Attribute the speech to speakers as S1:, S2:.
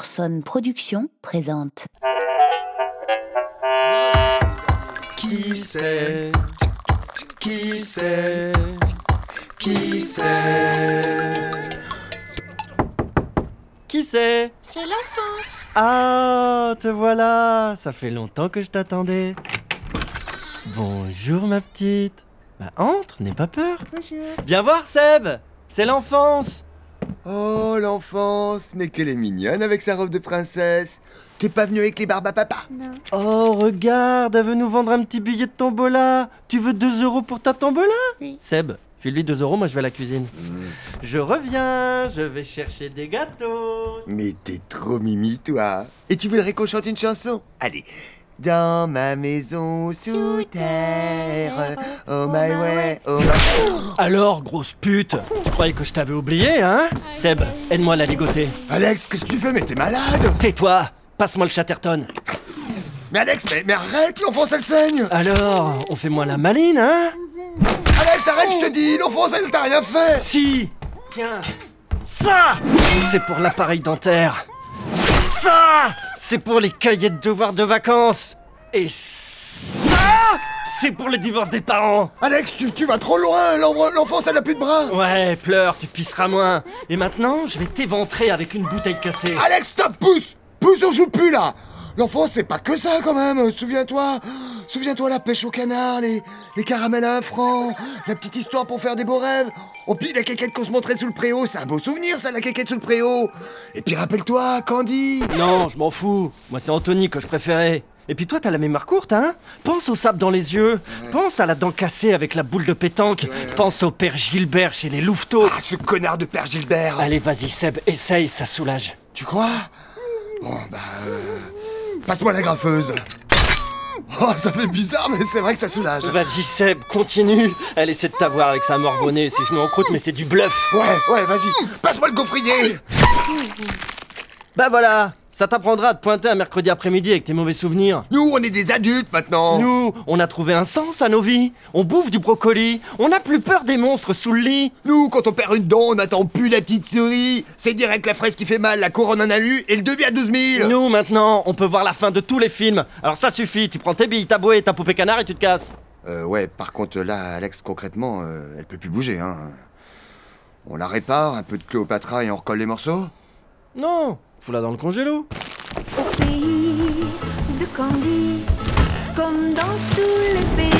S1: Orson Productions présente
S2: Qui sait Qui sait Qui sait
S3: Qui c'est
S4: C'est la force.
S3: Ah, te voilà Ça fait longtemps que je t'attendais. Bonjour ma petite. Bah entre, n'aie pas peur.
S4: Bonjour.
S3: Viens voir Seb C'est l'enfance
S2: Oh l'enfance, mais qu'elle est mignonne avec sa robe de princesse. T'es pas venu avec les barbes à papa
S4: Non.
S3: Oh, regarde, elle veut nous vendre un petit billet de tombola. Tu veux 2 euros pour ta tombola
S4: Oui.
S3: Seb, file-lui 2 euros, moi je vais à la cuisine. Je reviens, je vais chercher des gâteaux.
S2: Mais t'es trop mimi toi. Et tu voudrais qu'on chante une chanson Allez. Dans ma maison sous terre, oh my way, oh my...
S3: Alors, grosse pute, tu croyais que je t'avais oublié, hein Seb, aide-moi à la ligoter.
S2: Alex, qu'est-ce que tu fais Mais t'es malade
S3: Tais-toi Passe-moi le chatterton.
S2: Mais Alex, mais, mais arrête, l'enfance elle saigne
S3: Alors, on fait moins la maline, hein
S2: Alex, arrête, je te dis, l'enfance elle t'a rien fait
S3: Si Tiens Ça C'est pour l'appareil dentaire Ça C'est pour les cahiers de devoirs de vacances Et ça C'est pour le divorce des parents
S2: Alex, tu, tu vas trop loin, l'en- l'enfance elle a plus de bras
S3: Ouais, pleure, tu pisseras moins Et maintenant, je vais t'éventrer avec une bouteille cassée
S2: Alex, stop, pousse Pousse, on joue plus là L'enfance, c'est pas que ça quand même euh, Souviens-toi Souviens-toi la pêche au canard, les, les caramels à un franc, la petite histoire pour faire des beaux rêves. Oh, puis la quéquette qu'on se montrait sous le préau, c'est un beau souvenir ça, la quéquette sous le préau. Et puis rappelle-toi, Candy
S3: Non, je m'en fous Moi, c'est Anthony que je préférais et puis toi, t'as la mémoire courte, hein Pense au sable dans les yeux, pense à la dent cassée avec la boule de pétanque, pense au père Gilbert chez les louveteaux.
S2: Ah, ce connard de père Gilbert
S3: Allez, vas-y, Seb, essaye, ça soulage.
S2: Tu crois Bon, bah... euh, Passe-moi la graffeuse Oh, ça fait bizarre, mais c'est vrai que ça soulage
S3: Vas-y Seb, continue Elle essaie de t'avoir avec sa morvonnée, ses genoux en croûte, mais c'est du bluff
S2: Ouais, ouais, vas-y Passe-moi le gaufrier
S3: Bah voilà Ça t'apprendra à te pointer un mercredi après-midi avec tes mauvais souvenirs
S2: Nous, on est des adultes maintenant
S3: Nous, on a trouvé un sens à nos vies On bouffe du brocoli On n'a plus peur des monstres sous le lit
S2: Nous, quand on perd une dent, on n'attend plus la petite souris. C'est direct la fraise qui fait mal, la couronne en alu et le devis à 12 000.
S3: Nous, maintenant, on peut voir la fin de tous les films Alors ça suffit, tu prends tes billes, ta bouée, ta poupée canard et tu te casses
S2: Euh, ouais, par contre, là, Alex, concrètement, euh, elle peut plus bouger, hein. On la répare, un peu de Cléopatra et on recolle les morceaux
S3: Non Fous-la dans le congélo
S5: au pays de Candy, comme dans tous les